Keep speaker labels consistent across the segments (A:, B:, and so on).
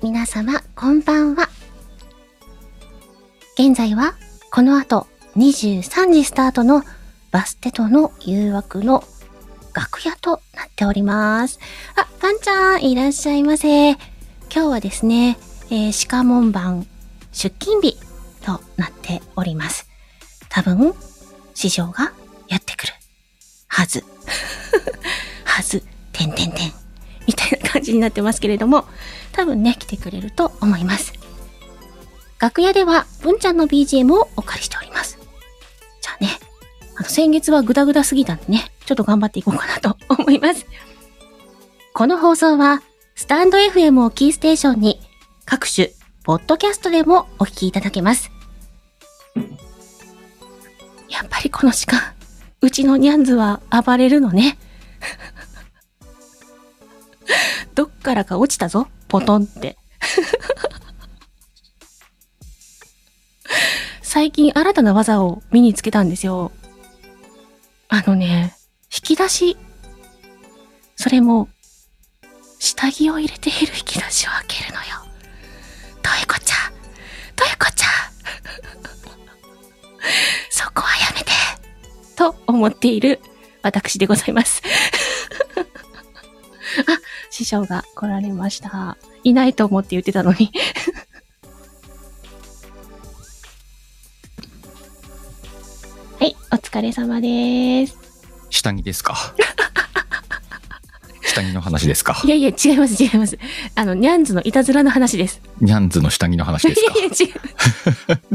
A: 皆様、こんばんは。現在は、この後、23時スタートのバステとの誘惑の楽屋となっております。あ、パンちゃん、いらっしゃいませ。今日はですね、えー、鹿門番出勤日となっております。多分、師匠がやってくる。はず。はず、てんてんてん。みたいな感じになってますけれども、多分ね、来てくれると思います。楽屋では、文ちゃんの BGM をお借りしております。じゃあね、あの、先月はグダグダすぎたんでね、ちょっと頑張っていこうかなと思います。この放送は、スタンド FM をキーステーションに、各種、ポッドキャストでもお聞きいただけます。やっぱりこの鹿、うちのニャンズは暴れるのね。どっからか落ちたぞ、ポトンって。 最近新たな技を身につけたんですよ。あのね、引き出し。それも、下着を入れている引き出しを開けるのよ。というこちゃん、というこちゃ ん。そこはやめて。と思っている私でございます。あ、師匠が来られました。いないと思って言ってたのに。 はい、お疲れ様です。
B: 下着ですか 下着の話ですか
A: いやいや、違います、違います。あの、ニャンズのいたずらの話です。
B: ニャンズの下着の 話ですか
A: いやいや、違う。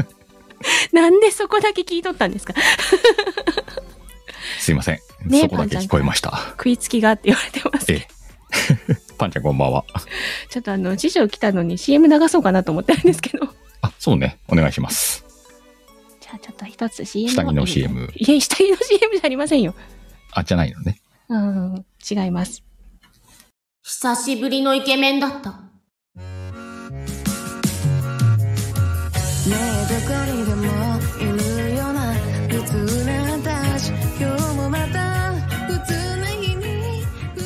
A: なんでそこだけ聞いとったんですか
B: すいません、
A: ねえ
B: そこだけ聞こえました
A: 食いつきがって言われてますけど。
B: ええパンちゃんこんばんは
A: ちょっとあの、師匠来たのに CM 流そうかなと思ったんですけど。
B: あそうねお願いします
A: じゃあちょっと一つ CM を
B: 下着の CM
A: いや、下着の CM じゃありませんよ。
B: あじゃないのね
A: うん、違います。
C: 久しぶりのイケメンだった。
D: ねえどこにでもいるような普通な私今日もまた普通な日に普通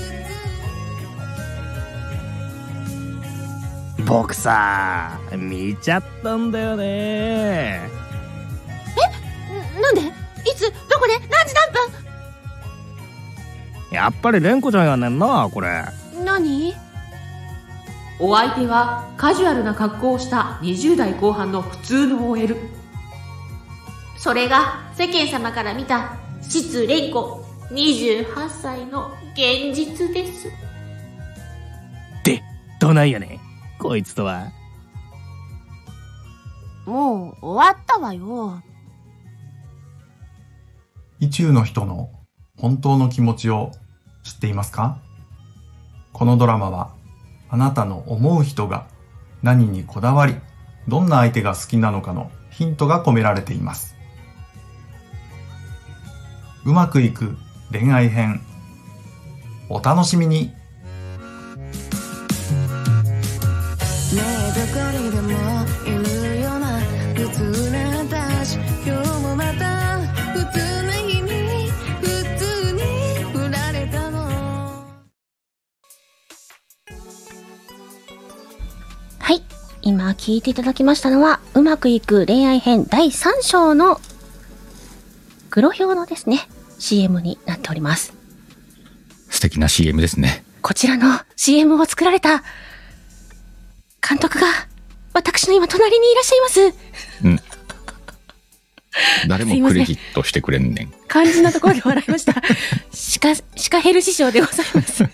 E: 僕さ見ちゃったんだよね
C: なんでいつどこで何時何分
E: やっぱり蓮子ちゃんやねんなこれ
C: 何お相手はカジュアルな格好をした20代後半の普通の OL それが世間様から見た失恋子28歳の現実です
E: でどないやねんこいつとは
C: もう終わったわよ
F: 意中の人の本当の気持ちを知っていますかこのドラマはあなたの思う人が何にこだわりどんな相手が好きなのかのヒントが込められていますうまくいく恋愛編お楽しみに
D: ねえどこにでもいるような普通な私今日もまた普通な日に普通に振られたの
A: はい。今聞いていただきましたのは、うまくいく恋愛編第3章の黒表のですね、CM になっております。
B: 素敵な CM ですね
A: こちらの CM を作られた監督が私の今隣にいらっしゃいます。
B: 誰
A: すいま
B: も
A: せん
B: クレジットしてくれんねん
A: 肝心なところで笑い ました。シカ、シカヘル師匠でございます。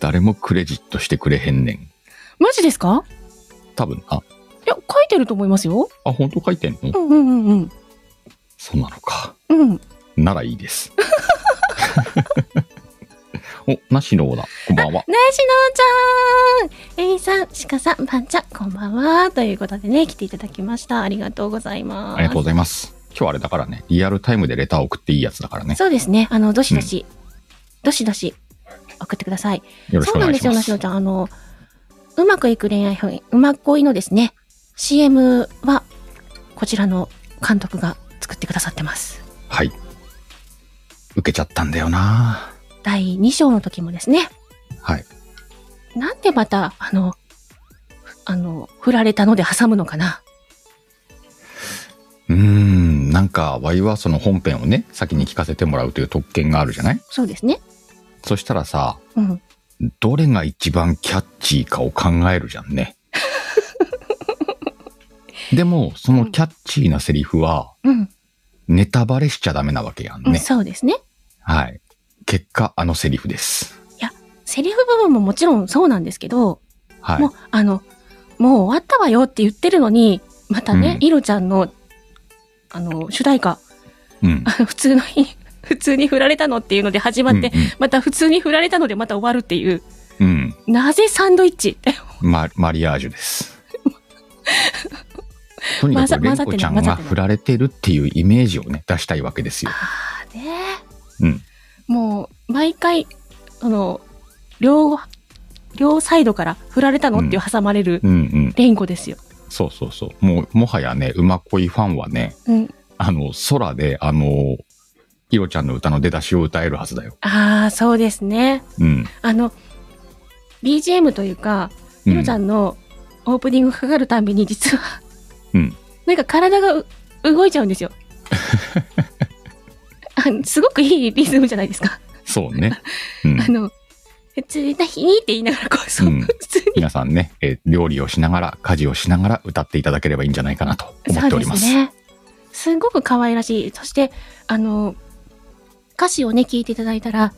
B: 誰もクレジットしてくれへんねん
A: マジですか
B: 多分あ
A: いや、書いてると思いますよ。
B: あ本当書いてん
A: う
B: の、
A: んうんうん
B: そうなのか
A: うん。うん。
B: ならいいです おなしのオーナーこんばんは
A: ねしのちゃんえいさん、しかさん、ばんちゃん、こんばんは。ということでね、来ていただきました。ありがとうございます。
B: ありがとうございます今日あれだからねリアルタイムでレター送っていいやつだからね
A: そうですね。あの、どしどし、どしどし、送ってください。
B: よろし
A: そう
B: くお
A: なん
B: 願
A: で
B: いし
A: すよ、
B: ま
A: なし
B: す
A: のちゃん。あの、うまくいく恋愛編、うま恋のですね、CM は、こちらの監督が作ってくださってます。
B: はい。受けちゃったんだよな
A: 第2章の時もですね。
B: はい。
A: なんでまた、あの、あの、振られたので挟むのかな
B: うーん、なんか、ワイはその本編をね、先に聞かせてもらうという特権があるじゃない
A: そうですね。
B: そしたらさ、
A: うん。
B: どれが一番キャッチーかを考えるじゃん ね。でも、そのキャッチーなセリフは、
A: うん。
B: ネタバレしちゃダメなわけやんね。
A: そうですね。
B: はい。結果、あのセリフです。
A: セリフ部分ももちろんそうなんですけど、
B: はい
A: もう。、あの、もう終わったわよって言ってるのに、またね、
B: うん
A: イロちゃんの、あの、主題歌、
B: うん
A: あ。の普通の日、普通に振られたのっていうので始まって、また普通に振られたのでまた終わるっていう、
B: うん、うん。
A: なぜサンドイッチって、
B: うんママリアージ ュです。とにか
A: 混ざ
B: く、レンコちゃん
A: 混ざって
B: が
A: ない
B: 振られてるっていうイメージをね、出したいわけですよ。
A: あーね
B: うん
A: もう毎回その両両サイドから振られたのっていう挟まれる
B: うんうん。
A: レインコですよ。
B: そうそうそう。もう、もはやね、馬恋ファンはね、
A: うん、
B: あの、空で、あの、イロちゃんの歌の出だしを歌えるはずだよ。
A: ああそうですね。
B: うん。
A: あの BGM というか
B: う
A: ヒロちゃんのオープニングかかるたんびに実は、
B: うん
A: なんか体がう動いちゃうん ですよ。あのすごくいいリズムじゃないですか。
B: そうね。うん
A: あの普通な日にって言いながらこう、そう
B: うん
A: 普通に
B: 皆さんね、えー料理をしながら、家事をしながら歌っていただければいいんじゃないかなと思っております。
A: そうですね。すごく可愛らしい。そして、あの、歌詞をね、聞いていただいたら、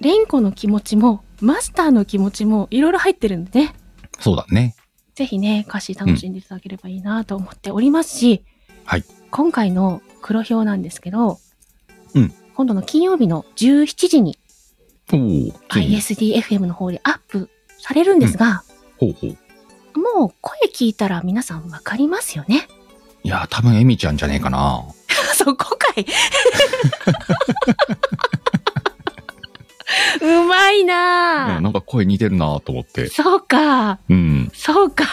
A: レンコの気持ちも、マスターの気持ちも、いろいろ入ってるんでね、
B: そうだね。
A: ぜひね、歌詞楽しんでいただければいいなと思っておりますし、
B: はい
A: 今回の黒表なんですけど、
B: うん
A: 今度の金曜日の17時に
B: おお。ついに
A: ISDFM の方でアップされるんですが、
B: ほうほう。い
A: もう声聞いたら皆さんわかりますよね。
B: やー、多分エミちゃんじゃねえかな。
A: そこかい。 うまいな
B: う
A: あ
B: んなんか声似てるなと思って。
A: そうか。
B: うん。
A: そうか。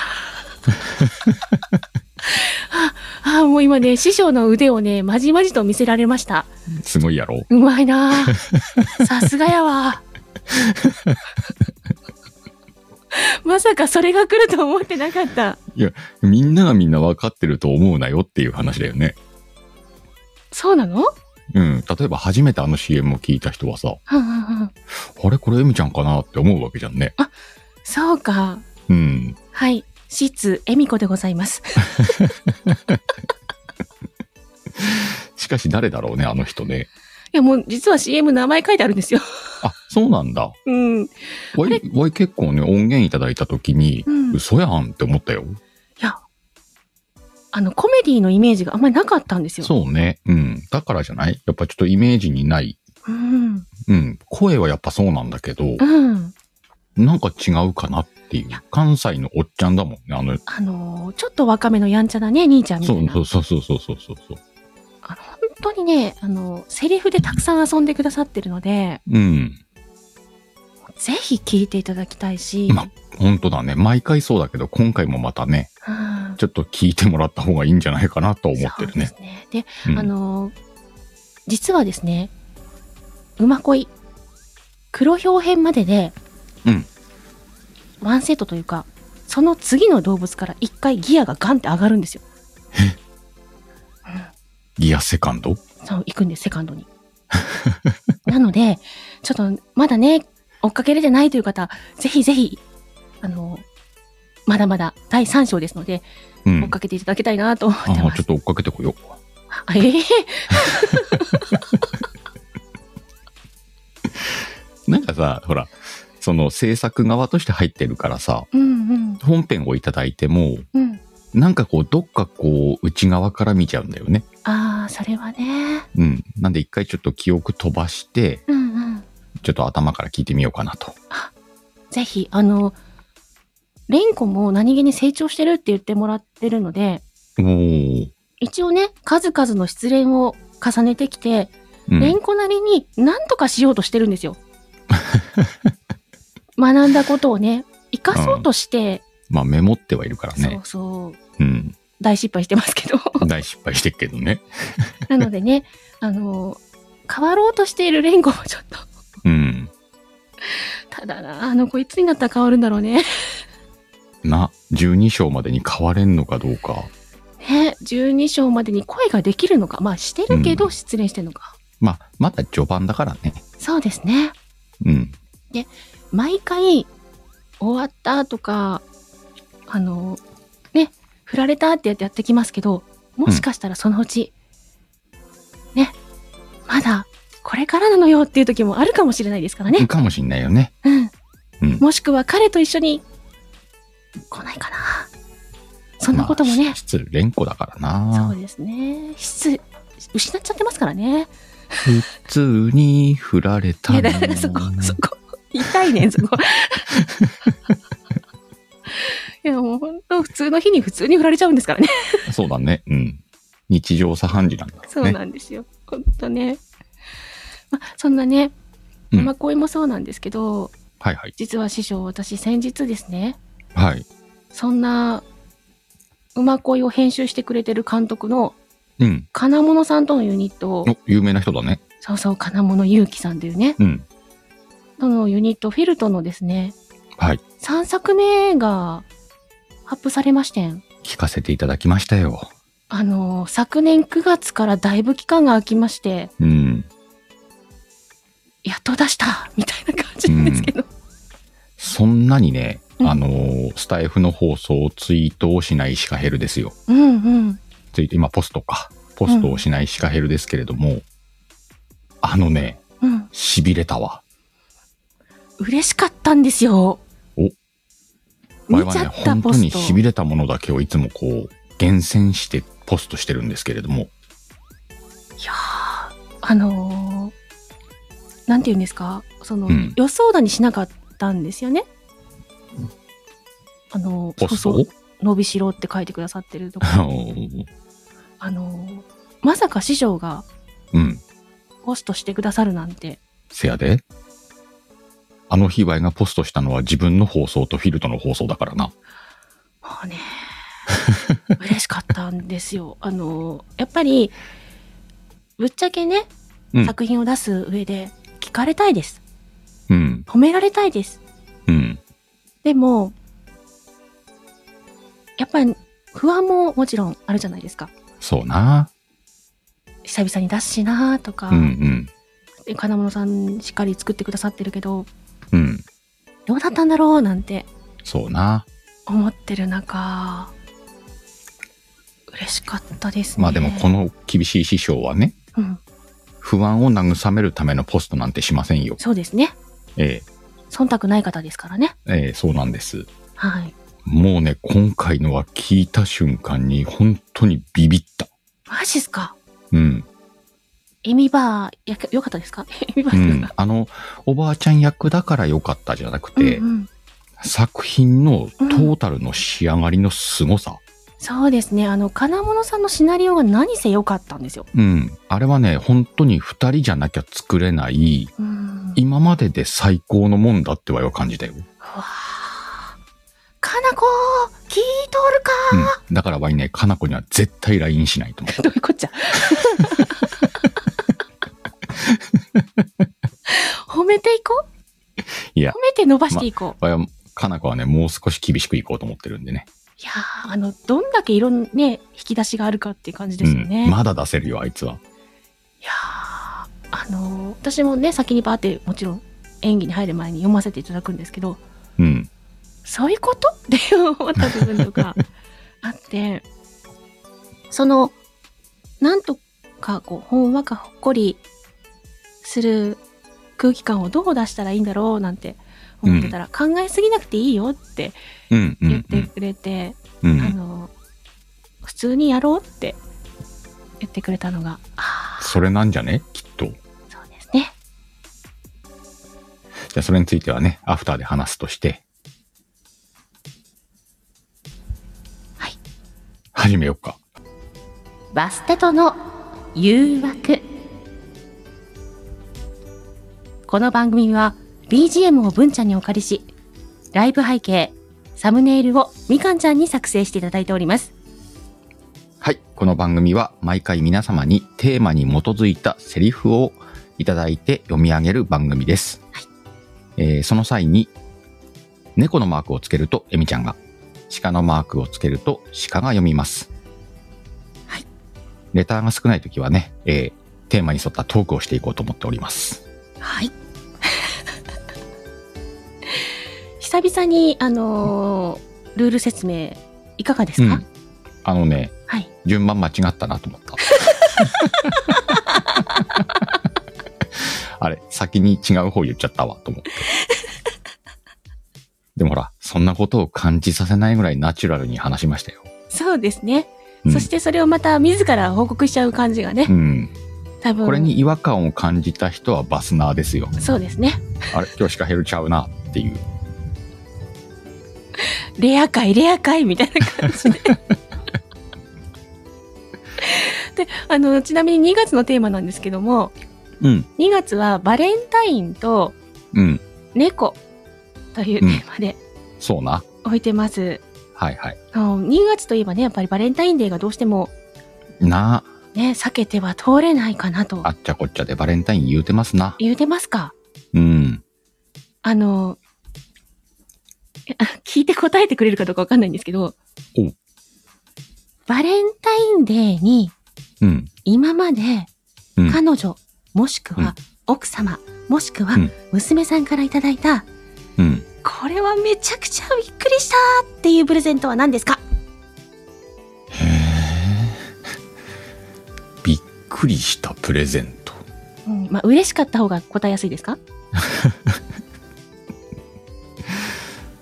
A: ああ、もう今ね、師匠の腕をね、まじまじと見せられました。
B: すごいやろ。
A: うまいなあさすがやわ。まさかそれが来ると思ってなかった。
B: みんながみんな分かってると思うなよっていう話だよね。
A: そうなの
B: うん。例えば初めてあの CM を聞いた人はさ、
A: うんうんうん。
B: あれこれエミちゃんかなって思うわけじゃんね。
A: そうか。
B: うん。
A: はい。シツエミコでございます。
B: しかし誰だろうね、あの人ね。
A: いやもう実は CM 名前書いてあるんですよ。
B: あ、そうなんだ。
A: うん。い
B: わい、わい結構ね、音源いただいたときに、
A: うん
B: 嘘やんって思ったよ。
A: や、あのコメディのイメージがあんまりなかったんですよ。う。
B: そうね。うん。だからじゃないやっぱちょっとイメージにない。
A: ん。
B: うん。声はやっぱそうなんだけど、
A: うん。
B: なんか違うかなっていう。関西のおっちゃんだもんね、あの、
A: あのーちょっと若めのやんちゃなね、兄ちゃんみた
B: そ
A: いうな。
B: そうそうそうそうそうそう。
A: あの本当にね、あの、セリフでたくさん遊んでくださってるので、
B: うん。
A: ぜひ聞いていただきたいし、
B: ま本当だね。毎回そうだけど、今回もまたね、
A: うん
B: ちょっと聞いてもらった方がいいんじゃないかなと思って
A: そ。
B: るね
A: うですね。で、
B: うん
A: あのー実はですね、馬恋、黒表編までで、
B: うん
A: ワンセットというか、その次の動物から一回ギアがガンって上がるんですよ。
B: ギアセカンド
A: そう、行くんです、セカンドに。 なので、ちょっとまだね、追っかけれてないという方、ぜひぜひ、あのーまだまだ第3章ですので、
B: う
A: 追っ
B: ん。
A: かけていただきたいなと思っ
B: あ
A: て
B: あ、
A: ま
B: ちょ
A: す
B: っ。と追っかけてこよ
A: あええ
B: う。なんかさ、ほら、その制作側として入ってるからさ、
A: うんうん
B: 本編をいただいても、
A: うん。
B: なんかこう、どっかこう、内側から見ちゃうんだよね。
A: ああ、それはね。
B: うん。なんで一回ちょっと記憶飛ばして、
A: うんうん。
B: ちょっと頭から聞いてみようかなと。
A: ぜひ、あの、レンコも何気に成長してるって言ってもらってるので、
B: おー。
A: 一応ね、数々の失恋を重ねてきて、
B: う
A: レ
B: ん。
A: ンコなりに何とかしようとしてるんですよ。 学んだことをね、生かそうとして、
B: まあ、メモってはいるから
A: そ
B: ね
A: う。そう、
B: うん。
A: 大失敗してますけど。
B: 大失敗してっけどね。
A: なので ね、あの、変わろうとしているレンコもちょっと、
B: うん。
A: ただな、あの子いつになったら変わるんだろうね。
B: な12章までに変われんのかどうか
A: ね、12章までに声ができるのか。まあ、してるけ
B: う
A: ど失恋してるのか。
B: まあまだ序盤だからね
A: そうですね。
B: うん
A: 毎回、終わったとか、あの、ね、振られたってやってやってきますけど、もしかしたらそのうち、ね、まだ、これからなのよっていう時もあるかもしれないですからね。
B: かもしんないよね
A: うん。
B: うん
A: もしくは彼と一緒に、来ないかな。そんなこともね
B: まあ、失恋子だから
A: そう
B: な
A: ですね。失失っちゃってますからね。
B: 普通に振られた
A: い
B: の
A: やだ からそこそこ痛いねんそ こ。いやもう本当普通の日に普通に振られちゃうんですからね。
B: そうだねうん日常茶飯事なんだろ
A: そうう
B: ね
A: なんですよ。本当ね。まあそんなね、
B: うん
A: まあ恋もそうなんですけど、
B: はいはい
A: 実は師匠私先日ですね、
B: はい
A: そんな馬恋を編集してくれてる監督の
B: うん
A: 金物さんとのユニットを
B: お有名な人だね
A: そうそう金物ゆうきさんというね
B: うん
A: とのユニットフィルトのですね
B: はい
A: 3作目が発布されましてん
B: 聞かせていただきましたよ
A: あの昨年9月からだいぶ期間が空きまして
B: うん
A: やっと出したみたいな感じなんですけど、
B: そんなにね、
A: うん
B: あのースタイフの放送をツイートをしないシカヘルですよ。
A: うん、うん
B: ツイート、今ポストか。ポストをしないシカヘルですけれども、あのね、
A: うん
B: 痺れたわ。
A: 嬉しかったんですよ
B: お
A: 見
B: は
A: ち
B: ね、
A: ゃった
B: 本当
A: ポス
B: に
A: ト
B: 痺れたものだけをいつもこう、厳選してポストしてるんですけれども、
A: いやーあのーなんて言うんですかその、
B: うん
A: 予想だにしなかったんですよね。あのー
B: ポスト
A: そう
B: を
A: そう伸びしろって書いてくださってるとか、
B: う
A: あのーまさか師匠が
B: ん。
A: ホストしてくださるなんて、
B: せやで。あの日、ワイがポストしたのは自分の放送とフィルトの放送だからな。
A: もう ね嬉しかったんですよ。あのーやっぱりぶっちゃけね、
B: うん
A: 作品を出す上で聞かれたいです
B: うん、
A: 褒められたいです
B: うん、
A: でも、やっぱり不安ももちろんあるじゃないですか。
B: そうな。
A: 久々に出すしなとか、
B: うん、うん、
A: で金物さんしっかり作ってくださってるけど、
B: うん、
A: どうだったんだろうなんて
B: そうな。
A: 思ってる中、嬉しかったですね。
B: まあでもこの厳しい師匠はね、
A: うん、
B: 不安を慰めるためのポストなんてしませんよ。
A: そうですね。
B: え
A: 忖度ない方ですからね。
B: えええそうなんです。
A: はい。
B: もうね、今回のは聞いた瞬間に本当にビビった。
A: マジっすか
B: うん。
A: エミバー、やよかったですか エミバ
B: う
A: ー
B: ん
A: ですか、。
B: あの、おばあちゃん役だから良かったじゃなくて、
A: うんうん
B: 作品のトータルの仕上がりの凄さ。
A: そうですね。あの、金物さんのシナリオが何せ良かったんですよ。
B: うん。あれはね、本当に二人じゃなきゃ作れない、
A: うん
B: 今までで最高のもんだってわいは感じたよ。
A: うわあかなこ聞いとるか
B: うん。だからわいね、かなこには絶対 LINE しないと思う。
A: ど ういう こっちゃ褒めていこう
B: いや
A: 褒めて伸ばしていこう、
B: わいは、かなこはね、もう少し厳しくいこうと思ってるんでね。
A: いやーあのどんだけいろんなね引き出しがあるかっていう感じですよね、
B: うん、
A: い
B: まだ出せるよあいつは
A: やーあのー私もね先にバーってもちろん演技に入る前に読ませていただくんですけど
B: うん
A: そういうことって思った部分と かあって、その、なんとかこう、ほんわかほっこりする空気感をどう出したらいいんだろうなんて思ってたら、考えすぎなくていいよって
B: うんう
A: 言っ
B: んう
A: て
B: ん
A: くれて、
B: うん
A: あの、普通にやろうって言ってくれたのが、ああ、
B: それなんじゃねきっとじ
A: そうですね。
B: ゃあそれについてはねアフターで話すとして
D: はい
B: 始めようか
D: バステとの誘惑
A: この番組は BGM を文ちゃんにお借りし、ライブ背景、サムネイルをみかんちゃんに作成していただいております。
B: はいこの番組は毎回皆様にテーマに基づいたセリフをいただいて読み上げる番組です、えーその際に猫のマークをつけるとエミちゃんが鹿のマークをつけると鹿が読みます。
A: はい。
B: レターが少ないときはね、えーテーマに沿ったトークをしていこうと思っております。
A: はい。 久々に、あのールール説明、いかがですか、
B: うんあのね、
A: はい
B: 順番間違ったなと 思った。あれ、先に違う方言っちゃったわと思って。でもほら、そんなことを感じさせないぐらいナチュラルに話しましたよ。
A: そうですね。
B: うん
A: そしてそれをまた自ら報告しちゃう感じがね
B: う、ん。
A: 多分。
B: これに違和感を感じた人はバスナーですよ。
A: そうですね。
B: あれ、今日しか減るちゃうなっていう。
A: レア会、レア会みたいな感 じで。で、あの、ちなみに2月のテーマなんですけども、
B: うん。
A: 2月はバレンタインと
B: うん。
A: 猫というテーマで
B: そうな。
A: 置いてます。
B: はいはい。
A: あの2月といえばね、やっぱりバレンタインデーがどうしても
B: な
A: ね、避けては通れないかなと
B: あ、あっちゃこっちゃでバレンタイン言うてますな。
A: 言うてますか
B: うん。
A: あの、えあ聞いて答えてくれるかどうかわかんないんですけど
B: お、
A: バレンタインデーに
B: うん。
A: 今まで
B: うん
A: 彼女、もしく
B: うん
A: は奥様、もしくは
B: うん
A: 娘さんからいただいた、
B: うん。
A: これはめちゃくちゃびっくりしたっていうプレゼントは何ですか
B: へーびっくりしたプレゼント。
A: うんまあ、嬉しかった方が答えやすいですか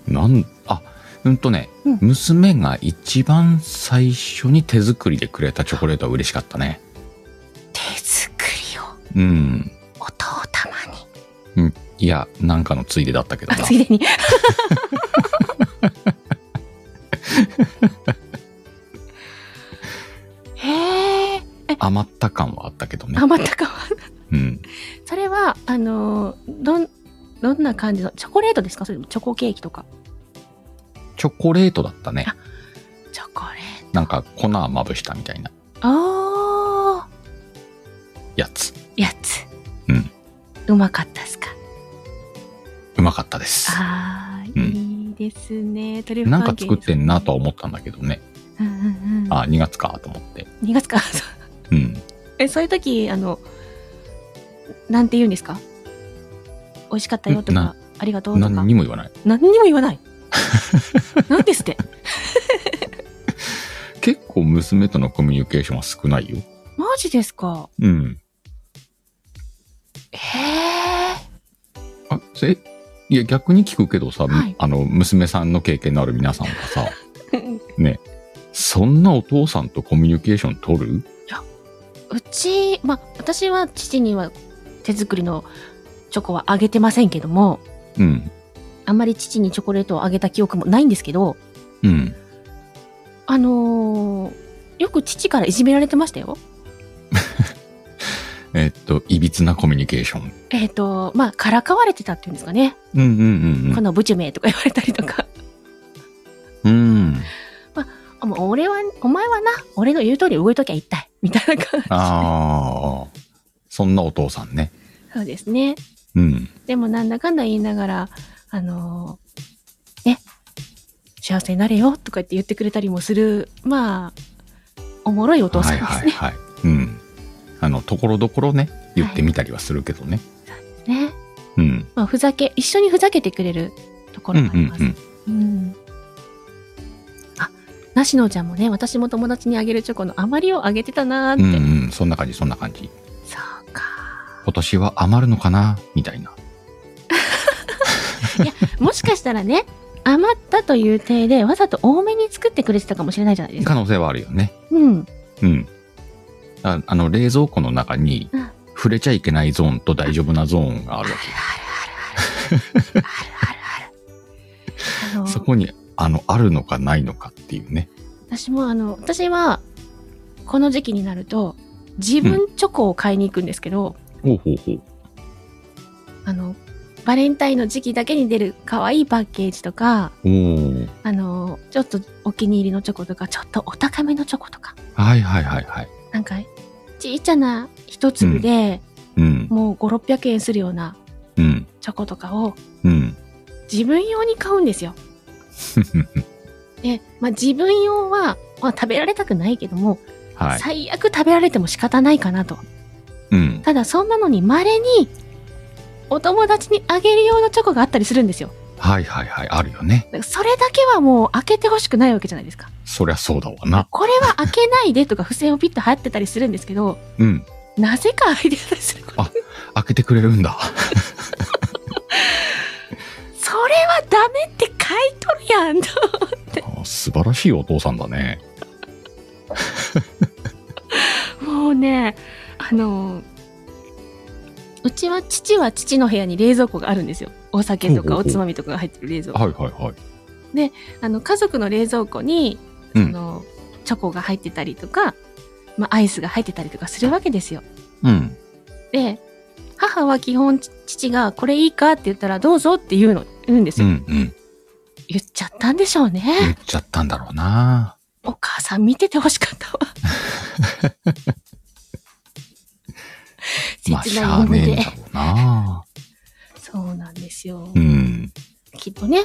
B: なん、あ、うんとね、
A: うん
B: 娘が一番最初に手作りでくれたチョコレートは嬉しかったね。
A: 手作りを
B: うん。
A: お父様に。
B: いや、なんかのついでだったけど
A: あ、
B: な。
A: ついでに。 へえ、
B: 余った感はあったけどね。
A: 余ったかも。
B: うん。
A: それは、あのーどん、どんな感じの、チョコレートですかそれともチョコケーキとか。
B: チョコレートだったね。
A: チョコレー
B: なんか粉をまぶしたみたいな
A: ト。あー
B: やつ。
A: やつ。
B: うん。
A: うまかったですか
B: うまかったです。
A: あー、
B: うん
A: いいですね。トリュフ
B: なん
A: パ
B: か
A: ンケーキ
B: 作ってんなとは思ったんだけどね。
A: うんうんうん。
B: あ、2月かと思って。
A: 2月か。そう
B: うん。
A: え、そういう時、あの、なんて言うんですか美味しかったよと
B: な
A: か、ありがとうとか。
B: 何にも言わない。
A: 何にも言わない。なんです って。
B: 結構娘とのコミュニケーションは少ないよ。
A: マジですか。
B: うん。
A: へえ。
B: あ、え、いや、逆に聞くけどさ、
A: はい
B: あの、娘さんの経験のある皆さんはさ、 ね、そんなお父さんとコミュニケーション取る
A: うち、まあ、私は父には手作りのチョコはあげてませんけども、
B: うん。
A: あんまり父にチョコレートをあげた記憶もないんですけど、
B: うん。
A: あのーよく父からいじめられてましたよ。
B: えっと、いびつなコミュニケーション。
A: えっ、と、まあ、からかわれてたっていうんですかね。
B: うんうん
A: このブチュメとか言われたりとか。
B: うんうん。 うん。
A: あもう俺は、お前はな、俺の言う通り動いときゃ一体。みたいな感じ。
B: ああ。そんなお父さんね。
A: そうですね。
B: うん。
A: でもなんだかんだ言いながら、あのーね、幸せになれよとか言って言ってくれたりもする、まあ、おもろいお父さんですね。
B: はいはいはい。うん。あの、ところどころね、言ってみたりはするけどね。
A: ね
B: うん。
A: まあ、ふざけ、一緒にふざけてくれるとこ
B: うんう
A: ろもあります。
B: ん
A: うんあ、なしのちゃんもね、私も友達にあげるチョコの余りをあげてたなーっ
B: う
A: て。
B: ん。うんうん。そんな感じ、そんな感じ。
A: そうか。
B: 今年は余るのかなみたいな。
A: もしかしたらね、余ったという体でわざと多めに作ってくれてたかもしれないじゃないですか。
B: 可能性はあるよね。
A: うん。
B: うん。ああの、冷蔵庫の中に
A: うん、
B: 触れちゃいけないゾーンと大丈夫なゾーンがあるわけ。
A: あの
B: そこに、あの、あるのかないのかっていうね。
A: 私もあの私はこの時期になると自分チョコを買いに行くんですけど、
B: ほうほうほう。
A: あのバレンタインの時期だけに出る可愛いパッケージとか
B: おー。
A: あのちょっとお気に入りのチョコとかちょっとお高めのチョコとか
B: はいはいはいはい。
A: なんかちいちゃな一粒で、
B: うん。
A: もう5600円するような
B: うん。
A: チョコとかを
B: うん。
A: 自分用に買うんですよ。で、まあ、自分用は、まあ、食べられたくないけども、
B: はい。
A: 最悪食べられても仕方ないかなと。
B: うん。
A: ただそんなのに稀に、お友達にあげる用のチョコがあったりするんですよ。
B: はいはいはい。あるよね
A: だ。からそれだけはもう開けてほしくないわけじゃないですか。
B: そりゃそうだわな。
A: これは開けないでとか付箋をピッと貼ってたりするんですけど、
B: うん。
A: なぜか開いてたりすること。
B: 開けてくれるんだ。
A: それはダメって書いとるやんと。
B: あ素晴らしいお父さんだね。
A: もうね、あの、うちは父は父の部屋に冷蔵庫があるんですよ。お酒とか
B: ほうほうほう
A: おつまみとかが入ってる冷蔵庫。
B: はいはいはい。
A: あの家族の冷蔵庫に、
B: うん
A: あのチョコが入ってたりとか、まあ、アイスが入ってたりとかするわけですよ。
B: うん。
A: で、母は基本ち父がこれいいかって言ったらどうぞって言うの、言うんです
B: う
A: よ。
B: んうん。
A: 言っちゃったんでしょうね。
B: 言っちゃったんだろうな。
A: お母さん見ててほしかったわ。
B: まあ、
A: 切
B: し
A: ない
B: ゃあ
A: 思い
B: ねえん
A: 出
B: だ。ろうな。
A: そうなんですよ。
B: うん。
A: きっとね、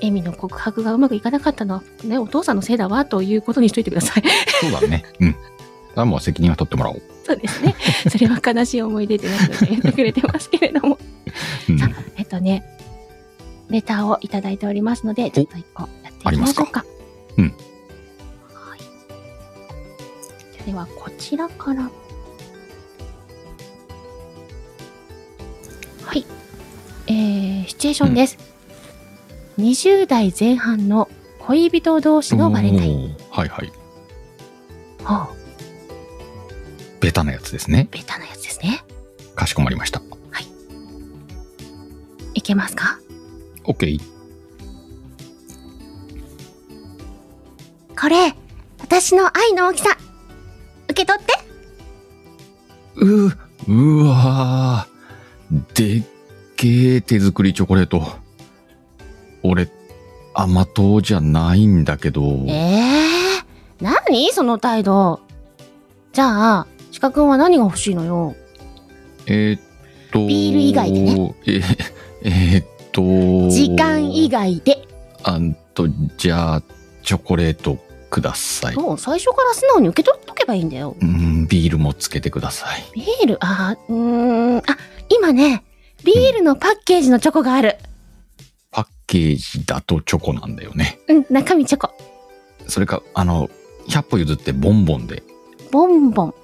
A: エミの告白がうまくいかなかったのは、ね、お父さんのせいだわということにしといてください。
B: そうだね。うん。あもう責任は取ってもらおう。
A: そうですね。 それは悲しい思い出ってなるので言ってくれてますけれども。
B: うん。
A: さあ、 えっとね、レターをいただいておりますので、ちょっと一個やっていきましょうか。
B: ります
A: はい。では、こちらから。はい。えー、シチュエーションです。20代前半の恋人同士のバレンタイン。
B: おーはいはい。
A: はあ、
B: ベタなやつですね。
A: ベタなやつですね。
B: かしこまりました。
A: いけますか
B: OK。
D: これ、私の愛の大きさ。受け取って。
B: う、うわーでっけえ手作りチョコレート。俺、甘党じゃないんだけど。
D: ええー、何その態度。じゃあ、鹿くんは何が欲しいのよ。
B: えーっと。
D: ビール以外で
B: ね。ええーっと。
D: 時間以外で。
B: あんと、じゃあ、チョコレートください。
D: もう最初から素直に受け取っとけばいいんだよ。
B: うん、ビールもつけてください。
D: ビール、あー、うーん、あ、今ね、ビールのパッケージのチョコがある。
B: パッケージだとチョコなんだよね。
D: うん、中身チョコ。
B: それか、あの、100歩譲ってボンボンで、
D: ボンボン。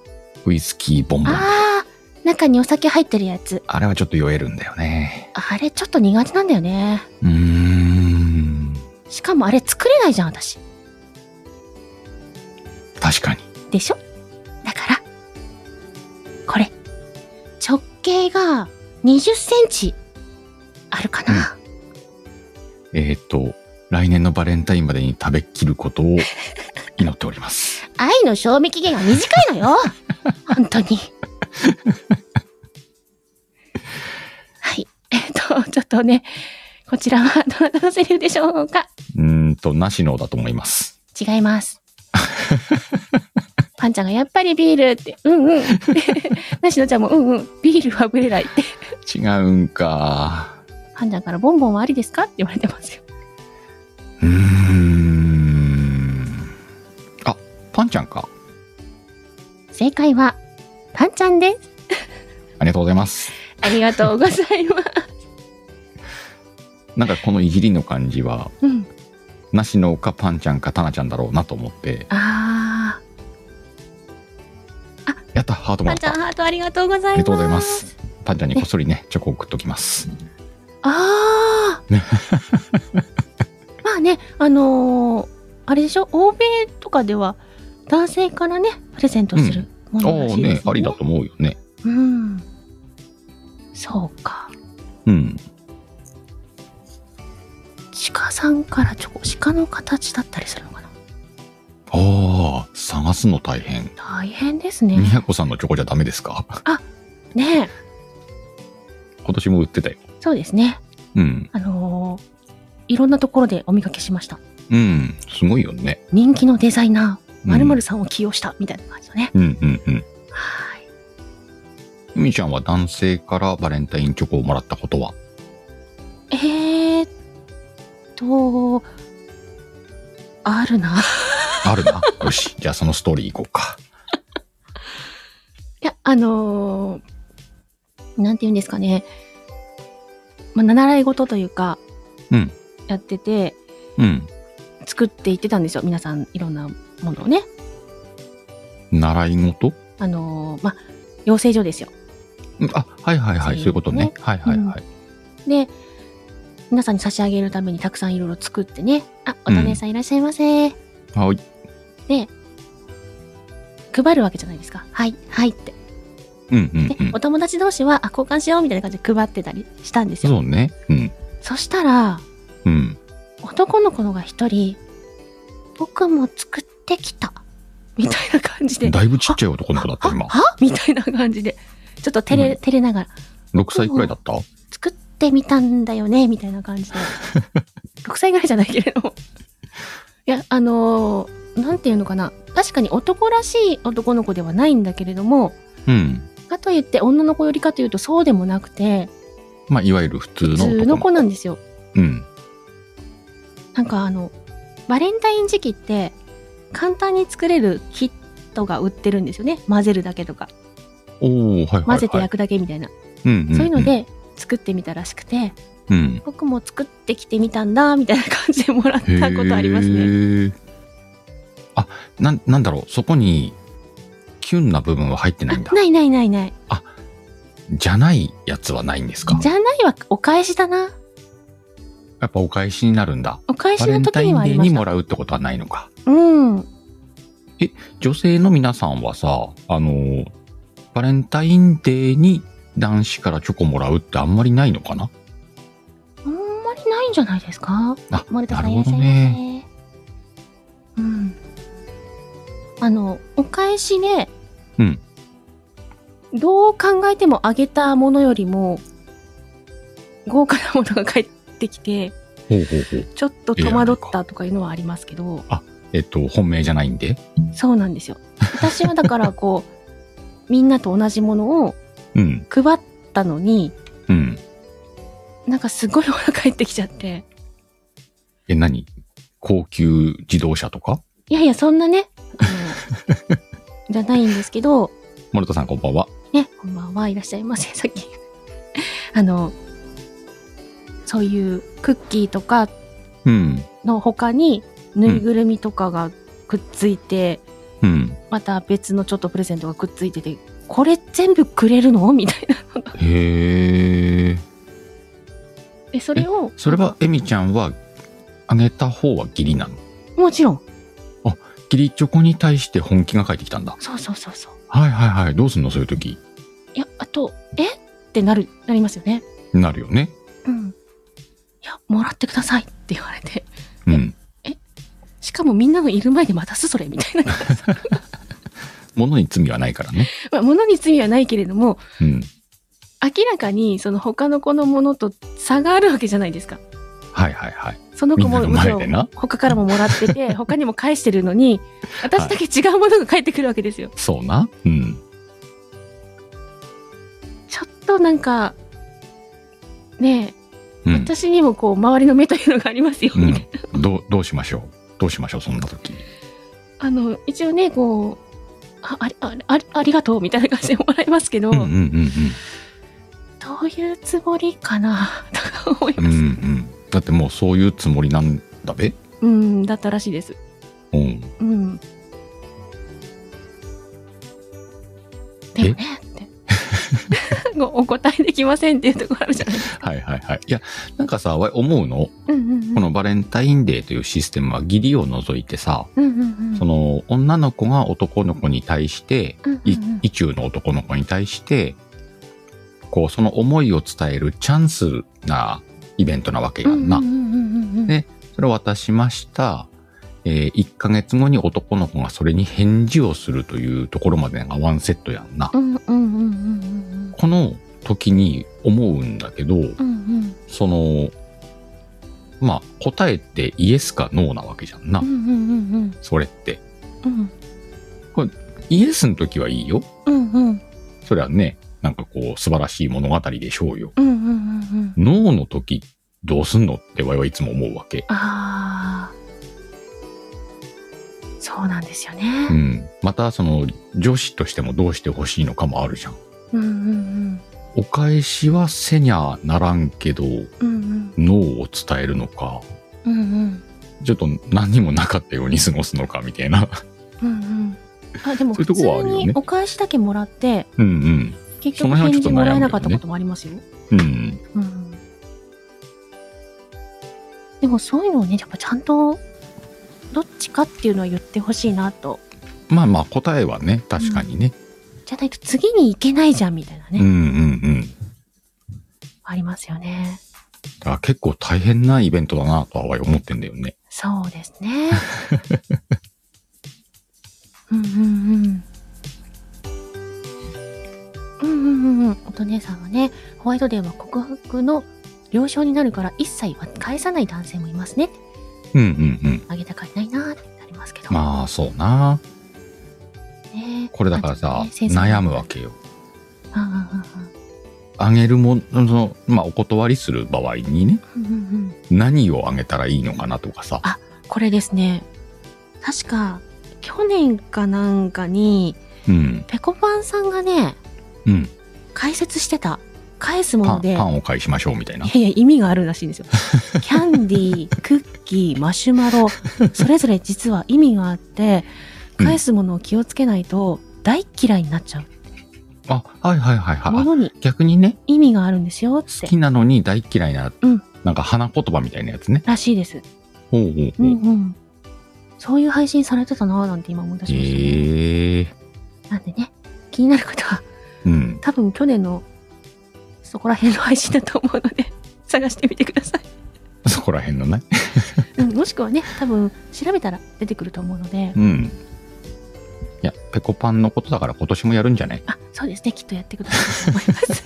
B: ウイスキーボンボンで。あ
D: あー、中にお酒入ってるやつ。
B: れはちょっと酔えるんだよね。
D: あれちょっと苦手なんだよね。
B: うーん、
D: しかもあれ作れないじゃん、私。
B: 確かに。
D: でしょだから、これ、直径が20センチあるかな、
B: えっ、と、来年のバレンタインまでに食べきること を祈っております。
D: 愛の賞味期限が短いのよ本当に。
A: はい。えっと、ちょっとね、こちらはどなたのセリフでしょうか
B: うーんと、なしのだと思います。
A: 違います。パンちゃんがやっぱりビールって、うんうん。 なしのちゃんもうんうん、ビールはぶれないって。
B: 違うんか。
A: パンちゃんからボンボンはありですかって言われてますよ。
B: うーん。あ、パンちゃんか。
A: 正解は、パンちゃんです。
B: ありがとうございます。
A: ありがとうございます。
B: なんかこのいじりの感じは、
A: うん。
B: なしのかパンちゃんかタナちゃんだろうなと思って、
A: あ
B: やった、ハート
A: ー、
B: も
A: パンちゃ
B: らった。
A: んハートありがとうございます。
B: ありがとうございま。す。パンちゃんにこっそりね、チョコ送っときます。
A: ああ。 まあね、あのーあれでしょ、欧米とかでは男性からね、プレゼントするも
B: ああ
A: のらしいで
B: ね
A: す、
B: あ
A: よ
B: り
A: ね。
B: だと思うよね。
A: うん。そうか。
B: うん。
A: 鹿さんからチョコ、鹿の形だったりするのかな。
B: ああ、探すの大変。
A: 大変ですね。
B: みやこさんのチョコじゃダメですか
A: ね
B: 今年も売ってたよ。
A: えそうですね。
B: うん。
A: あのーいろんなところでお見かけしました。
B: うん。すごいよね。
A: 人気のデザイナー、
B: うん
A: まるまるさんを起用したみたいな感じだね。
B: うんうんうん。
A: はい。
B: ゆみちゃんは男性からバレンタインチョコをもらったことは
A: えーっと、あるな。
B: あるな。よし。じゃあそのストーリー行こうか。
A: いや、あのーなんて言うんですかね。まあ、習い事というか、
B: うん
A: やってて、
B: うん。
A: 作っていってたんですよ。皆さん、いろんなものをね。
B: 習い事
A: あのーまあ、養成所ですよ。
B: うんあ、はいはいはい。そういうことね。はいはいはい。
A: で、皆さんに差し上げるためにたくさんいろいろ作ってね。あ、おたねさんいらっしゃいませ、
B: はい。
A: 配るわけじゃないですか。はい、はいって。
B: うんう
A: で
B: んうん
A: お。友達同士は、あ、交換しようみたいな感じで配ってたりしたんですよ。
B: そうね。うん。
A: そしたら、
B: うん。
A: 男の子のが一人、僕も作ってきた。みたいな感じで。
B: だいぶちっちゃい 男の子だった、
A: あ
B: 今。
A: はみたいな感じで。ちょっと照れ、
B: うん
A: 照れながら、
B: 6歳くらいだった
A: 作ってみたんだよね、みたいな感じ で。6歳ぐらいじゃないけれども。いや、あのーなんていうのかな。確かに男らしい男の子ではないんだけれども、
B: うん。
A: かといって女の子よりかというとそうでもなくて、
B: まあ、いわゆる普通の
A: 普
B: 男
A: 通の子なんですよ。
B: うん。
A: なんかあの、バレンタイン時期って、簡単に作れるキットが売ってるんですよね。混ぜるだけとか。
B: おおはいはいはい。
A: 混ぜて焼くだけみたいな。
B: く。うんんん
A: そういうの。で作ってみたらしくて、
B: うん。
A: 僕も作ってきてみたんだ、みたいな感じでもらっ
B: へ
A: たことありますね。
B: ーあ、なん、なんだろう。そこに、キュンな部分は入ってな
A: あ
B: いんだ。
A: ないないないない。
B: じゃないやつはないんですか
A: じゃないはお返しだな。
B: やっぱお返しになるんだ。
A: お返
B: バ
A: し
B: レ
A: の
B: ンタ
A: 時に
B: イン
A: はあ
B: デ
A: り
B: ー
A: ま
B: に
A: し
B: も
A: た。
B: らうってことはないのか。
A: うん。
B: 女性の皆さんはさ、あの、バレンタインデーに男子からチョコもらうってあんまりないのかな
A: あんまりないんじゃないですか
B: あ、
A: 森田さ
B: な
A: ん
B: る
A: いら
B: ほ
A: っしゃ
B: ど
A: いませ。
B: ね。
A: うん。あの、お返しね、
B: うん
A: どう考えてもあげたものよりも、豪華なものが返ってきて、
B: ほうほうほう。
A: ちょっと戸惑ったとかいうのはありますけど、
B: えっと、本命じゃないんで。
A: そうなんですよ。私はだからこう、 みんなと同じものを
B: うん、
A: 配ったのに、
B: うん。
A: なんかすごいものが返ってきちゃって、
B: え、何高級自動車とか
A: いやいや、そんなね、あ のじゃないんですけど、
B: 森田さんこんばんは。
A: ね、こんばんはいらっしゃいま せ、さっき。あの、そういうクッキーとか
B: うん、
A: の他に、ぬいぐるみとかがくっついて、
B: うん。
A: また別のちょっとプレゼントがくっついてて、これ全部くれるのみたいな。
B: へえ。
A: で、それを、
B: それは、エミちゃんは、あげた方は義理なの。
A: もちろん、
B: 義理チョコに対して本気が返ってきたんだ。
A: そうそうそうそう。
B: はいはいはい。どうすんのそういう時。
A: いや、あと、えってなる、なりますよね。
B: なるよね。
A: うん。いや、もらってくださいって言われて。
B: うん。
A: しかもみんなのいる前で渡す、それ、みたいな。
B: 物に罪はないからね。
A: まあ、物に罪はないけれども、
B: うん。
A: 明らかにその他の子のものと差があるわけじゃないですか。
B: はいはいはい。
A: その子も
B: みん
A: も
B: な
A: ち
B: の
A: ろ
B: 前で
A: ん
B: な
A: 他からももらって て他にも返してるのに私だけ違うものが返ってくるわけですよ。
B: そうな。うん。
A: ちょっとなんかね
B: う
A: え、
B: ん。
A: 私にもこう周りの目というのがありますよ、みたいな
B: うん、どう、どうしましょう。どうしましょう、そんな時。
A: あの一応ねこうあありあありありがとうみたいな感じでもらいますけど、
B: うんうんうん
A: どういうつもりかなとか思い
B: うん。
A: ま
B: うんう
A: す。
B: ん。だってもうそういうつもりなんだべ。
A: うんだったらしいです。
B: うん。
A: うん。でもねって。ごお答えできませんっていうところあるじゃないですか。
B: はいはいはい。いや、なんかさ、わ思うの、
A: うんうん
B: このバレンタインデーというシステムは義理を除いてさ、
A: うんうんうん
B: その女の子が男の子に対して、
A: うん
B: い意中の男の子に対して、こう、その思いを伝えるチャンスなイベントなわけやんな。
A: うん
B: ねそれを渡しました。え1ヶ月後に男の子がそれに返事をするというところまでがワンセットやんな。
A: うんうんうんうんうん
B: この時に思うんだけど、
A: うんうん
B: その、まあ、答えってイエスかノーなわけじゃんな
A: うんう。んうんうん
B: それって。
A: うん
B: イエスの時はいいよ。
A: うんうんうん
B: それはね、なんかこう、素晴らしい物語でしょうよ。
A: うんうんうん
B: ノーの時、どうすんのって我々いつも思うわけ。
A: ああ
D: そうなんですよ
B: う
D: ね。
B: ん。また、その、女子としてもどうしてほしいのかもあるじゃん。
D: うんうん
B: お返しはせにゃならんけど、
D: うん。うんうん。
B: ノーを伝えるのか、
D: うんうん。
B: ちょっと何にもなかったように過ごすのかみたいな。
D: うんうん。あ、でも
B: そうい
D: 普
B: うと
D: 通
B: こはあるよね
D: にお返しだけもらって、
B: うん
D: 結
B: その辺は
D: 局返
B: ちょ
D: 事
B: っと悩むよね
D: もらえなかったこともありますよ。
B: うん。うん。
D: うん。でもそういうのをね、やっぱちゃんと、どっちかっていうのは言ってほしいなと。
B: まあまあ答えはね、確かにね。
D: じゃないと次に行けないじゃんみたいな
B: う
D: ね、
B: んうんうん。だ
D: ありますよね。
B: から結構大変なイベントだなとは思ってんだよね。
D: そうです ね。うんうんうん。うんうんうんうん。乙姉さんはね、ホワイトデーは告白の了承になるから一切は返さない男性もいますね。
B: うんうんうん。
D: あげたかいないなーってなりますけど。
B: まあそうな。
D: ね
B: これだからさ、悩むわ。けよ。
D: ああとね
B: あげるもの、その、まあお断りする場合にね、
D: 繊細なうんうんうんうん。
B: 何をあげたらいいのかなとかさ。
A: これですね確か去年かなんかに
B: うん。
A: ペコパンさんがね
B: うん。
A: 解説してた返すも
B: パ
A: の
B: ン、
A: で。
B: パンを返しましょうみたいない
A: やいや意味があるらしい んですよキャンディークッキーマシュマロそれぞれ実は意味があって
B: うん
A: 返すものを気をつけないと大っ嫌いになっちゃう
B: あ、はいはいはい
A: も
B: はい。
A: のに
B: あ逆にね、
A: 意味があるんですよっ
B: 好
A: て
B: きなのに大嫌いな、
A: うん
B: なんか花言葉みたいなやつね。
A: らしいです
B: ほうほうほ
A: う
B: う。
A: んうんそういう配信されてたなぁなんて今思い出しました、
B: へえ
A: なんでね気になる方は
B: うん。
A: 多分去年のそこら辺の配信だと思うので 探してみてください、
B: そこら辺のね。
A: うん、もしくはね多分調べたら出てくると思うので
B: うん。いや、ペコパンのことだから今年もやるんじゃない
A: あそうですねきっとやってくださると思います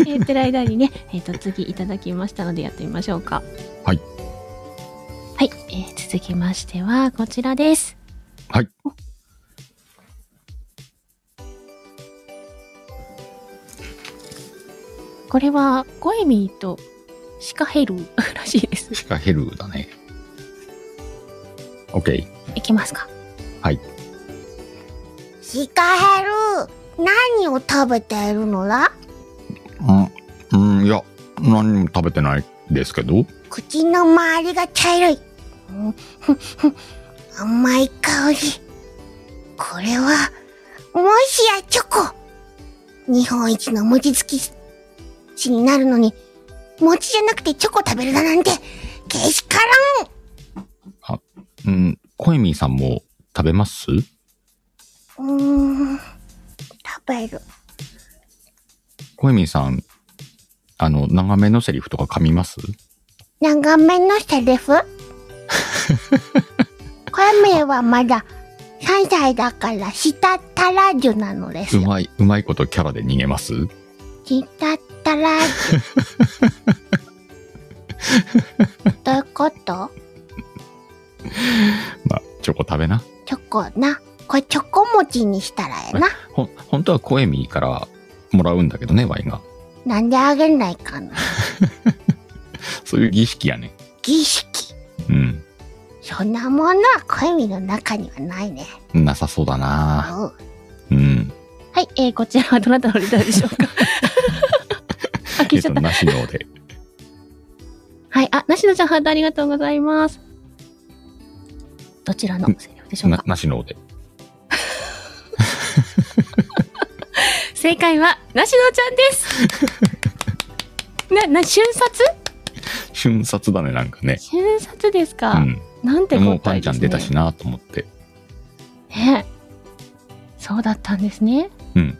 A: えーってる間にね、えー、と次いただきましたのでやってみましょうか
B: はい
A: はい、えー続きましてはこちらです
B: はい
A: おこれはゴエミーとシカヘルらしいです
B: シカヘルだね。OK。
A: いきますか
G: ヒカヘル、何を食べているのだ
B: うん、うん、いや、何も食べてないですけど。
G: 口の周りが茶色い。うんふんふん甘い香り。これは、もしやチョコ。日本一の餅つき地になるのに、餅じゃなくてチョコ食べるだなんて、けしからん。
B: うん、コエミーさんも食べます
G: うーん、食べる。
B: コエミーさん、あの、長めのセリフとか噛みます
G: 長めのセ リフこれ名はまだ3歳だから舌足らずなのです
B: う
G: よ。
B: まい、うまいことキャラで逃げます
G: 舌足ら ず。どういうこと
B: まあ、チョコ食べな。
G: チョコな。これチョコ餅にしたらええな。
B: ほん、本当はコエミーからもらうんだけどね、ワインが。
G: なんであげないかな。
B: そういう儀式やね。
G: 儀式。
B: うん。
G: そんなものは恋の中にはないね。
B: なさそうだな
G: うん
B: うん。
A: はい、えーこちらはどなたのレターでしょうか あ
B: え
A: 消
B: っ
A: しちゃ
B: と、
A: った
B: なしので。
A: はい。あ、なしのちゃん、ハートありがとうございます。どちらのセリフでしょう
B: な
A: か、
B: なしので。
A: 正解は、なしのちゃん です。な、な、瞬殺
B: 瞬殺だね、なんかね。
A: 瞬殺です
B: う
A: か、
B: ん。
A: なんて答えです、ね、
B: もうパンちゃん出たしなと思って。
A: ねそうだったんですね。
B: うん。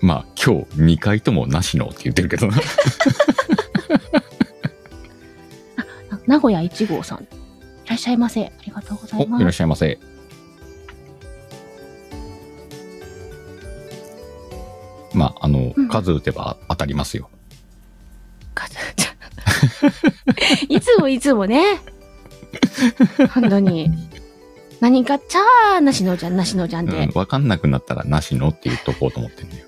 B: まあ、今日2回ともなしのって言ってるけどな。
A: あ名古屋1号さん。いらっしゃいませ。ありがとうござ
B: お、
A: い
B: いら
A: ま
B: っ
A: す。
B: しゃいませ。まあ、あの、
A: うん
B: 数打てば当たりますよ。
A: かずちゃん いつもいつもね。本当に。何かっちゃー、なしのちゃん、なしのちゃん
B: う
A: で。
B: ん。わかんなくなったらなしのって言っとこうと思ってんだよ。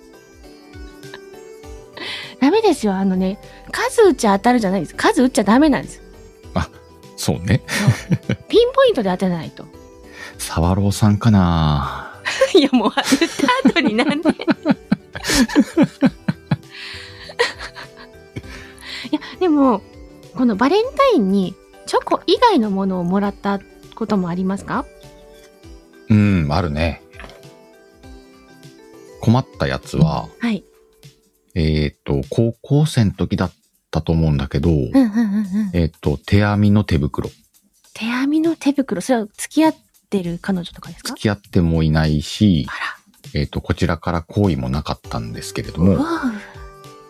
A: ダメですよ。あのね、数打っちゃ当たるじゃないです。数打っちゃダメなんです。
B: そうね。
A: ピンポイントで当て ないと。
B: サワローさんかない
A: や、もう言った後になん で。いや、でも、このバレンタインにチョコ以外のものをもらったこともありますか
B: うん、あるね。困ったやつは、
A: はい。
B: えっ、と、高校生の時だったと思うんだけど、
A: うんうんうんうん。
B: えっ、と、手編みの手袋。
A: 手編みの手袋、それは付き合ってる彼女とかですか
B: 付き合ってもいないし
A: あ、
B: えっ、と、こちらから好意もなかったんですけれど
A: ら。わ
B: も、
A: あ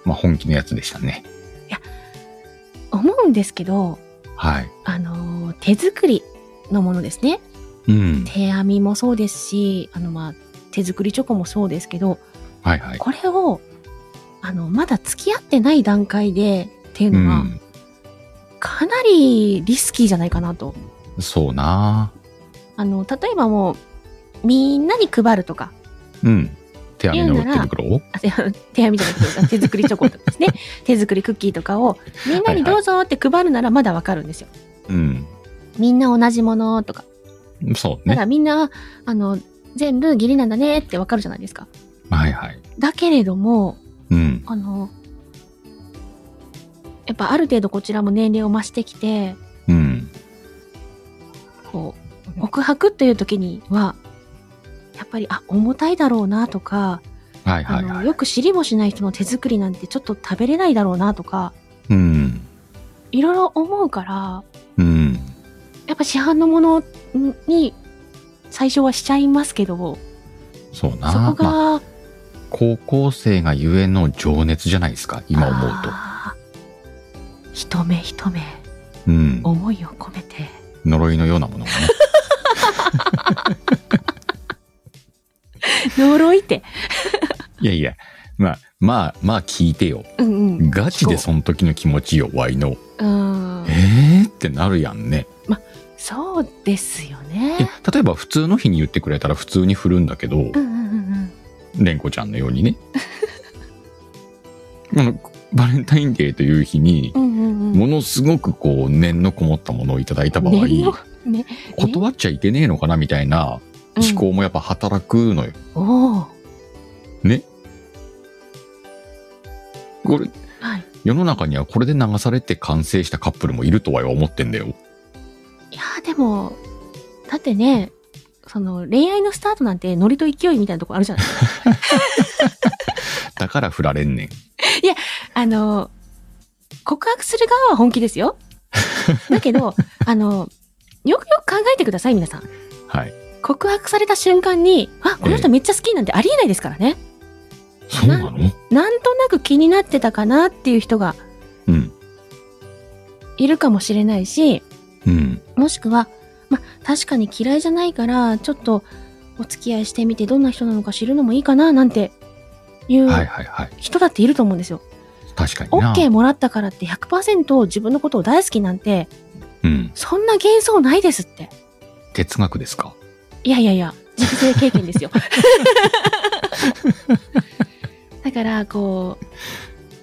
B: まあ、本気のやつでしたね。
A: 思うんですけど、
B: はい。
A: あのー手作りのものですね。
B: うん。
A: 手編みもそうですし、あの、まあ、手作りチョコもそうですけど、
B: はいはい。
A: これを、あの、まだ付き合ってない段階でっていう
B: う
A: のは、
B: ん。
A: かなりリスキーじゃないかなと。
B: そうな
A: あの、例えばもう、みんなに配るとか、
B: うん。手編みの
A: 言うな
B: 手
A: ら
B: 袋を
A: あ手 手編みじゃなくて、手作りチョコとかです ね。手作りクッキーとかを、みんなにどうぞって配るならまだわかるんですよ。
B: うん。
A: みんな同じものとか。
B: そう
A: た
B: ね。
A: だみんな、あの、全部義理なんだねってわかるじゃないですか。
B: はいはい。
A: だけれども、
B: うん。
A: あの、やっぱある程度こちらも年齢を増してきて、
B: うん。
A: こう告白という時にはやっぱりあ重たいだろうなとか、
B: はいはい
A: あ
B: は
A: の
B: い。
A: よく知りもしない人の手作りなんてちょっと食べれないだろうなとか
B: うん。
A: いろいろ思うから
B: うん。
A: やっぱ市販のものに最初はしちゃいますけど
B: そうな
A: そこが、
B: まあ高校生がゆえの情熱じゃないですか、今思うと。
A: あー一目一目
B: うん。
A: 思いを込めて
B: 呪いのようなものがね。
A: 呪いって
B: いやいや、まあ、まあ、まあ聞いてよ。
A: うんうん
B: ガチでその時の気持ちよ、ワイの。
A: うん
B: えーってなるやんね。
A: そうですよ
B: え
A: ね
B: 例えば普通の日に言ってくれたら普通に振るんだけど
A: う、んうんうんうん
B: 蓮子ちゃんのようにね。 あの、バレンタインデーという日に、
A: うんうんうん
B: ものすごくこう、念のこもったものをいただいた場合、
A: 念のね
B: 断っちゃいけねえのかなみたいな
A: うん
B: 思考もやっぱ働くのよ。
A: おお
B: これ、
A: はい
B: 世の中にはこれで流されて完成したカップルもいるとは思ってんだよ。
A: いやーでもだってねその恋愛のスタートなんてノリと勢いみたいなとこあるじ ゃない
B: だから振られんねん。
A: あの告白する側は本気です よだけどあのよくよく考えてください皆さん
B: はい。
A: 告白された瞬間にあこの人めっちゃ好きなんてありえないですからね、
B: そうなの
A: なんとなく気になってたかなっていう人が
B: うん。
A: いるかもしれないし
B: うん。
A: もしくは、ま、確かに嫌いじゃないから、ちょっとお付き合いしてみてどんな人なのか知るのもいいかな、なんていう
B: はいはいはい。
A: 人だっていると思うんですよ。
B: 確かにな。
A: OK もらったからって100%自分のことを大好きなんて、
B: うん。
A: そんな幻想ないですって。
B: 哲学ですか
A: いやいやいや、人生経験 ですよ。だから、こう、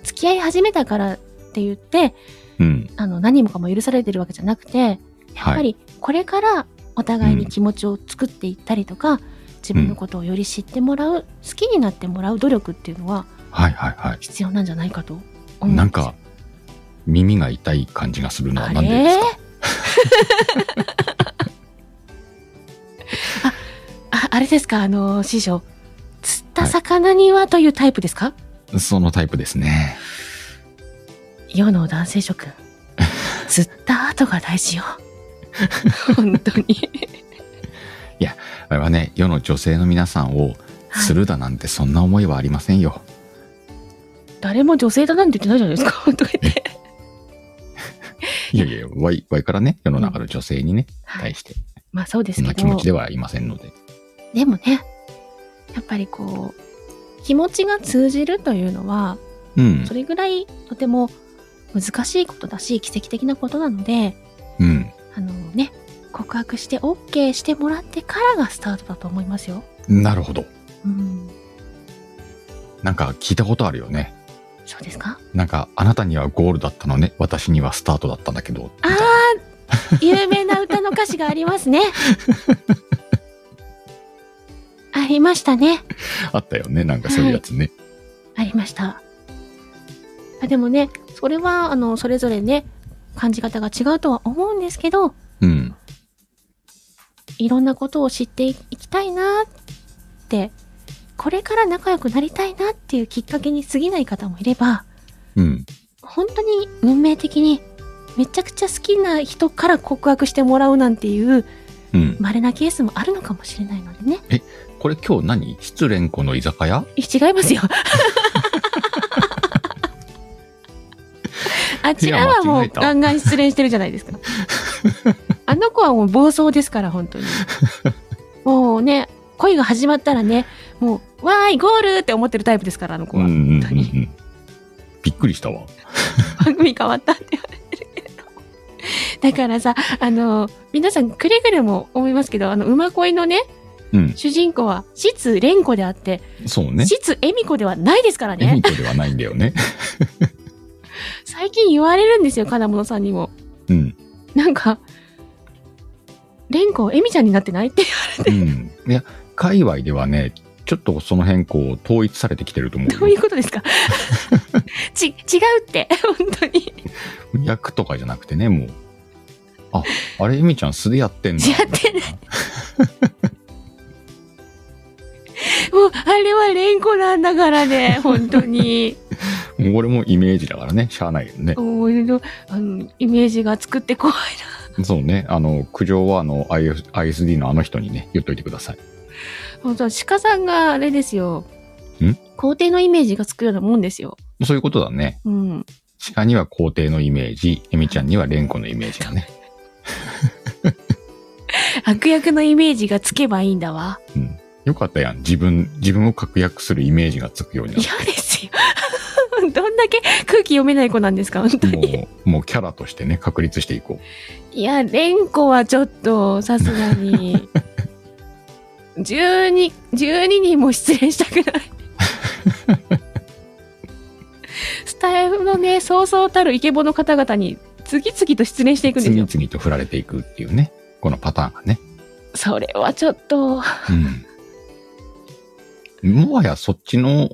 A: 付き合い始めたからって言って、
B: うん。
A: あの、何もかも許されてるわけじゃなくて、やっ
B: は
A: ぱ
B: い。
A: りこれからお互いに気持ちを作っていったりとか、自分のことをより知ってもらう、好きになってもらう努力っていうのは
B: はいはいはい。
A: 必要なんじゃないかと思うです
B: なんか、耳が痛い感じがするのは
A: あ
B: なんでで
A: れ
B: すか
A: ああれですかあの師匠釣った魚にはというタイプです か、
B: そのタイプですね。
A: 世の男性諸君釣った後が大事よ本当 に
B: あれはね、世の女性の皆さんを、
A: はい
B: するだなんてそんな思いはありませんよ。
A: 誰も女性だなんて言ってないじゃないですかとか言って
B: いやいや、わい、わいからね、世の中の女性にね、
A: はい
B: 対して、
A: まあそうです
B: そん
A: け
B: な
A: ど
B: 気持ちではいませんので。
A: でもねやっぱりこう気持ちが通じるというのは
B: うん
A: そ。れぐらいとても難しいことだし奇跡的なことなので
B: うん。
A: あのね告白して OK してもらってからがスタートだと思いますよ。
B: なるほど。
A: うん、
B: なんか聞いたことあるよね。
A: そう ですか
B: なんか、あなたにはゴールだったのね。私にはスタートだったんだけど。みたいな
A: 有名な歌の歌詞があります ね。ありましたね。
B: あったよね。なんかそういうやつね。
A: ありました。あでもね、それは、あの、それぞれね、感じ方が違うとは思うんですけど、
B: うん。
A: いろんなことを知っていきたいなって、これから仲良くなりたいなっていうきっかけに過ぎない方もいれば、
B: うん。
A: 本当に運命的にめちゃくちゃ好きな人から告白してもらうなんていう
B: うん。
A: 稀なケースもあるのかもしれないのでね。
B: これ今日何失恋子の居酒屋
A: 違いますよ。あちらはも
B: いや間違
A: う
B: えた
A: ガンガン失恋してるじゃない ですか。あの子はもう暴走ですから、本当に。もうね、恋が始まったらね、もう、わーい、ゴールって思ってるタイプですから、あの子
B: うん
A: は。
B: うんうんう
A: 本当に
B: ん。びっくりしたわ。
A: 番組変わったって言われてるけど。だからさ、あの、皆さんくれぐれも思いますけど、あの、馬恋のね、
B: うん。
A: 主人公は、質蓮子であって、
B: そうね。
A: 質恵美子ではないですから
B: エ
A: ね
B: ミ。コではないんだよね。
A: 最近言われるんですよ、金物さんにも。
B: うん。
A: なんか、蓮子、エミちゃんになってない って。
B: うん。いや、界隈ではね、ちょっとその辺こう、統一されてきてると思
A: どう
B: う
A: い
B: よ
A: う。ことですか ち、違うって、本当に。
B: 役とかじゃなくてね、もう。あ、あれ、エミちゃん素でやって んだ。
A: やってない。 もう、あれは蓮子なんだからね、本当に。
B: もう俺もイメージだからね、しゃあないよね。
A: もういろいろあの、イメージが作って怖い
B: そうね、あの、苦情はあの、IS ISD のあの人にね、言っといてください。
A: な。本当鹿さんがあれですよ
B: ん。
A: 皇帝のイメージがつくようなもんですよ。
B: そういうことだね。
A: うん。
B: 鹿には皇帝のイメージ、エミちゃんには蓮子のイメージがね。
A: 悪役のイメージがつけばいいんだわ。
B: うん。よかったやん。自分、自分を確約するイメージがつくようになっ
A: 嫌ですよ。 どんだけ空気読めない子なんですか、本当
B: て。
A: に。
B: もう、 もうキャラとしてね、確立していこ
A: いや、蓮子はちょっと、さすが に。12、12人も失恋したくない。 スタイフのね、そうそうたるイケボの方々に、次々と失恋していく
B: う。
A: んです
B: 次
A: よ。
B: 々と振られていくっていうね。このパターンがね。
A: それはちょっと、
B: うん。もはやそっちの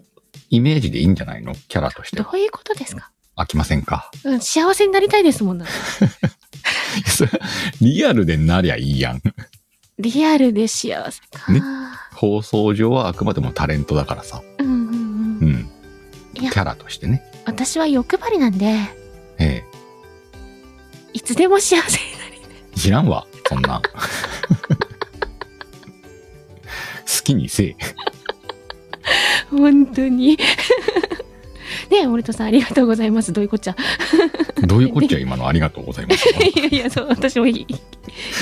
B: イメージでいいんじゃないのキャラとして
A: ど。ういうことですか、
B: 飽きませんか
A: うん、幸せになりたいですもんな。
B: それリアルでなりゃいいやん。
A: リアルで幸せか。
B: ね放送上はあくまでもタレントだからさ。
A: うんうんう。
B: うんん。
A: い
B: キ
A: や
B: ャラとしてね。
A: 私は欲張りなんで、
B: え
A: いつでも幸せ
B: え。知らんわ、そん なん。好きにせえ。
A: 本当に。 ねえ、モルトさんありがとうございます。どういうこっちゃ。
B: どういうこっちゃ今のありがとうございます。
A: いやいや、そう、私も言い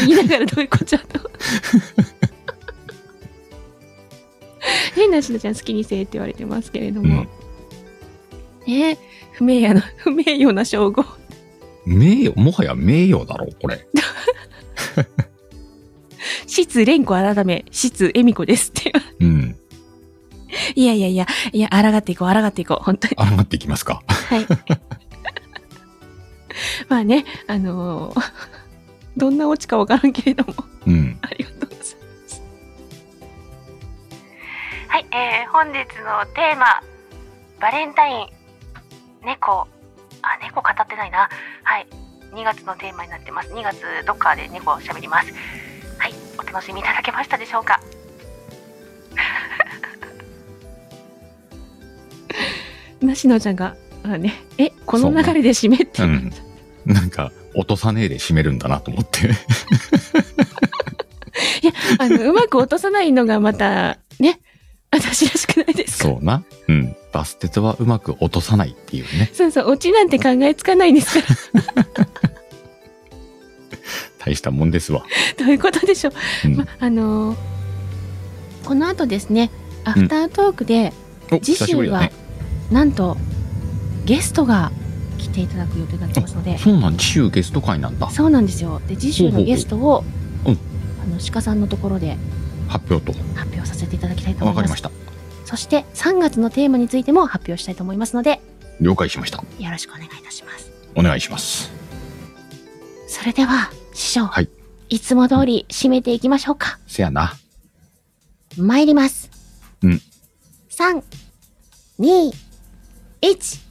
A: 言いながらどういうこっちゃと。 変なしのちゃん好きにせえって言われてますけれど
B: う
A: も
B: ん。。
A: ねえ不名誉な、 不名誉な称号。
B: 名誉、もはや名誉だろ、これ。
A: 質蓮子改め、質恵美子ですって。
B: うん。
A: いやいやいや、いや、抗っていこう、抗っていこう、本当に。
B: あがっていきますか。
A: はい。まあね、あのー どんなオチかわからんけれども。
B: うん。
A: ありがとうございます。 はい、えー、本日のテーマ、バレンタイン、猫、あ、猫語ってないな。はい、2月のテーマになってます。2月どっかで猫を喋ります。はい、お楽しみいただけましたでしょうか。 なしのちゃんが、あね、え、この流れで締めって。
B: うんなんか、落とさねえで締めるんだなと思って。
A: あの、うまく落とさないのがまた、ね、私らしくないですか。
B: そうな。うん。バス鉄はうまく落とさないっていうね。
A: そうそう、オチなんて考えつかないんですから。
B: 大したもんですわ。
A: どういうことでしょう。
B: うん
A: ま、あのーこの後ですね、アフタートークで、
B: お
A: 次
B: 久しぶ
A: 週
B: りだ
A: は、
B: ね。
A: なんと、ゲストが来ていただく予定になってますので、
B: そうなん、次週ゲスト会なんだ。
A: そうなんですよ。で、次週のゲストを、
B: ほうほうほ
A: あの、鹿さんのところで
B: 発表と。
A: 発表させていただきたいと思
B: わ
A: い
B: か
A: ま
B: り
A: す。
B: ました。
A: そして、3月のテーマについても発表したいと思いますので、
B: 了解しました。
A: よろしくお願いいたします。
B: お願いします。
A: それでは、
G: 師匠。
B: はい。
G: いつも通り締めていきましょうか。
B: せやな。
G: 参ります。
B: うん。
G: 3、2、1。